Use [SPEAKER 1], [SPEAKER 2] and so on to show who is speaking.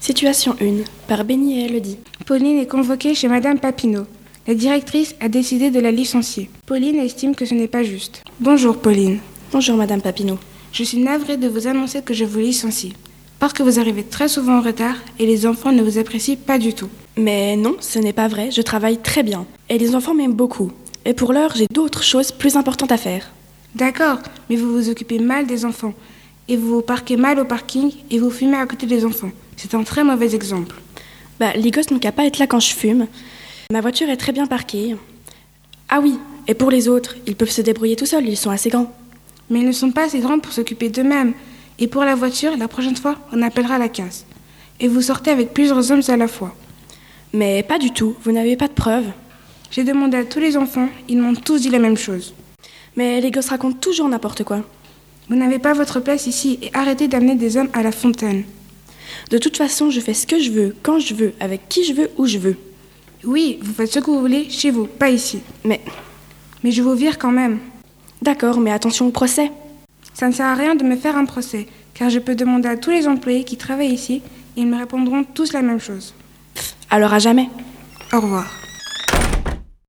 [SPEAKER 1] Situation 1, par Benny et Elodie.
[SPEAKER 2] Pauline est convoquée chez Madame Papineau. La directrice a décidé de la licencier. Pauline estime que ce n'est pas juste. Bonjour Pauline.
[SPEAKER 1] Bonjour Madame Papineau.
[SPEAKER 2] Je suis navrée de vous annoncer que je vous licencie. Parce que vous arrivez très souvent en retard et les enfants ne vous apprécient pas du tout.
[SPEAKER 1] Mais non, ce n'est pas vrai, je travaille très bien. Et les enfants m'aiment beaucoup. Et pour l'heure, j'ai d'autres choses plus importantes à faire.
[SPEAKER 2] D'accord, mais vous vous occupez mal des enfants. Et vous vous parquez mal au parking et vous fumez à côté des enfants. C'est un très mauvais exemple.
[SPEAKER 1] Bah, les gosses n'ont qu'à pas être là quand je fume. Ma voiture est très bien parquée. Ah oui, et pour les autres, ils peuvent se débrouiller tout seuls, ils sont assez grands.
[SPEAKER 2] Mais ils ne sont pas assez grands pour s'occuper d'eux-mêmes. Et pour la voiture, la prochaine fois, on appellera la casse. Et vous sortez avec plusieurs hommes à la fois.
[SPEAKER 1] Mais pas du tout, vous n'avez pas de preuves.
[SPEAKER 2] J'ai demandé à tous les enfants, ils m'ont tous dit la même chose.
[SPEAKER 1] Mais les gosses racontent toujours n'importe quoi.
[SPEAKER 2] Vous n'avez pas votre place ici et arrêtez d'amener des hommes à la fontaine.
[SPEAKER 1] De toute façon, je fais ce que je veux, quand je veux, avec qui je veux, où je veux.
[SPEAKER 2] Oui, vous faites ce que vous voulez chez vous, pas ici.
[SPEAKER 1] Mais
[SPEAKER 2] Mais je vous vire quand même.
[SPEAKER 1] d'accord, mais attention au procès.
[SPEAKER 2] Ça ne sert à rien de me faire un procès, car je peux demander à tous les employés qui travaillent ici, et ils me répondront tous la même chose.
[SPEAKER 1] Alors à jamais.
[SPEAKER 2] Au revoir.